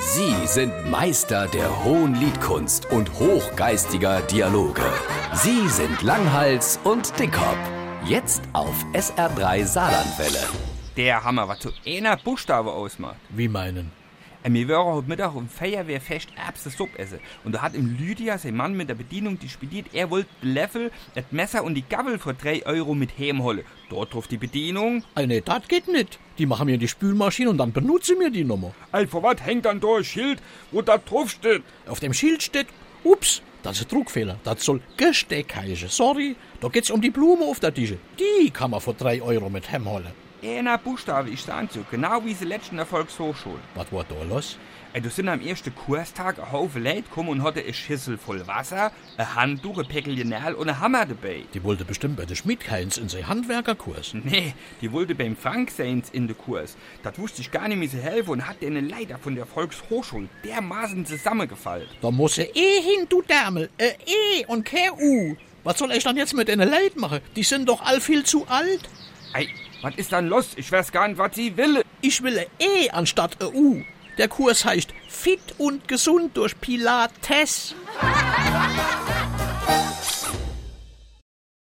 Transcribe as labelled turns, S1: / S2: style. S1: Sie sind Meister der hohen Liedkunst und hochgeistiger Dialoge. Sie sind Langhals und Dickhop. Jetzt auf SR3 Saarlandwelle.
S2: Der Hammer, was so einer Buchstabe ausmacht.
S3: Wie meinen?
S2: Äh, Mir wäre heute Mittag um Feuerwehrfest erbste Suppe esse. Und da hat im Lydia sein Mann mit der Bedienung disputiert, er wollte den Löffel, das Messer und die Gabel für 3 Euro mit heimholen. Dort ruft die Bedienung.
S3: Ah, nee, das geht nicht. Die machen mir die Spülmaschine und dann benutze mir die Nummer.
S2: Alter, was hängt dann da ein Schild, wo da drauf steht?
S3: Auf dem Schild steht, ups, das ist ein Druckfehler. Das soll Gesteck heißen. Sorry, da geht's um die Blume auf der Tische. Die kann man für drei Euro mit Hemm holen.
S2: Einer Buchstabe ist der Anzug, genau wie sie letzten Erfolgshochschule.
S3: Was war da los?
S2: Ey, Du sind am ersten Kurstag ein Haufen Leute gekommen und hatte eine Schüssel voll Wasser, ein Handtuch, ein Päckchen Nähl und ein Hammer dabei.
S3: Die wollte bestimmt bei der Schmiedkeins in seinen Handwerkerkurs.
S2: Nee, die wollte beim Frank sein in den Kurs. Das wusste ich gar nicht mehr zu helfen und hat den Leiter von der Volkshochschule dermaßen zusammengefallen.
S3: Da muss er eh hin, du Därmel. Äh, eh und KU. Was soll ich dann jetzt mit den Leuten machen? Die sind doch all viel zu alt.
S2: Ey, was ist dann los? Ich weiß gar nicht, was sie will.
S3: Ich will ein E anstatt ein U. Der Kurs heißt Fit und gesund durch Pilates.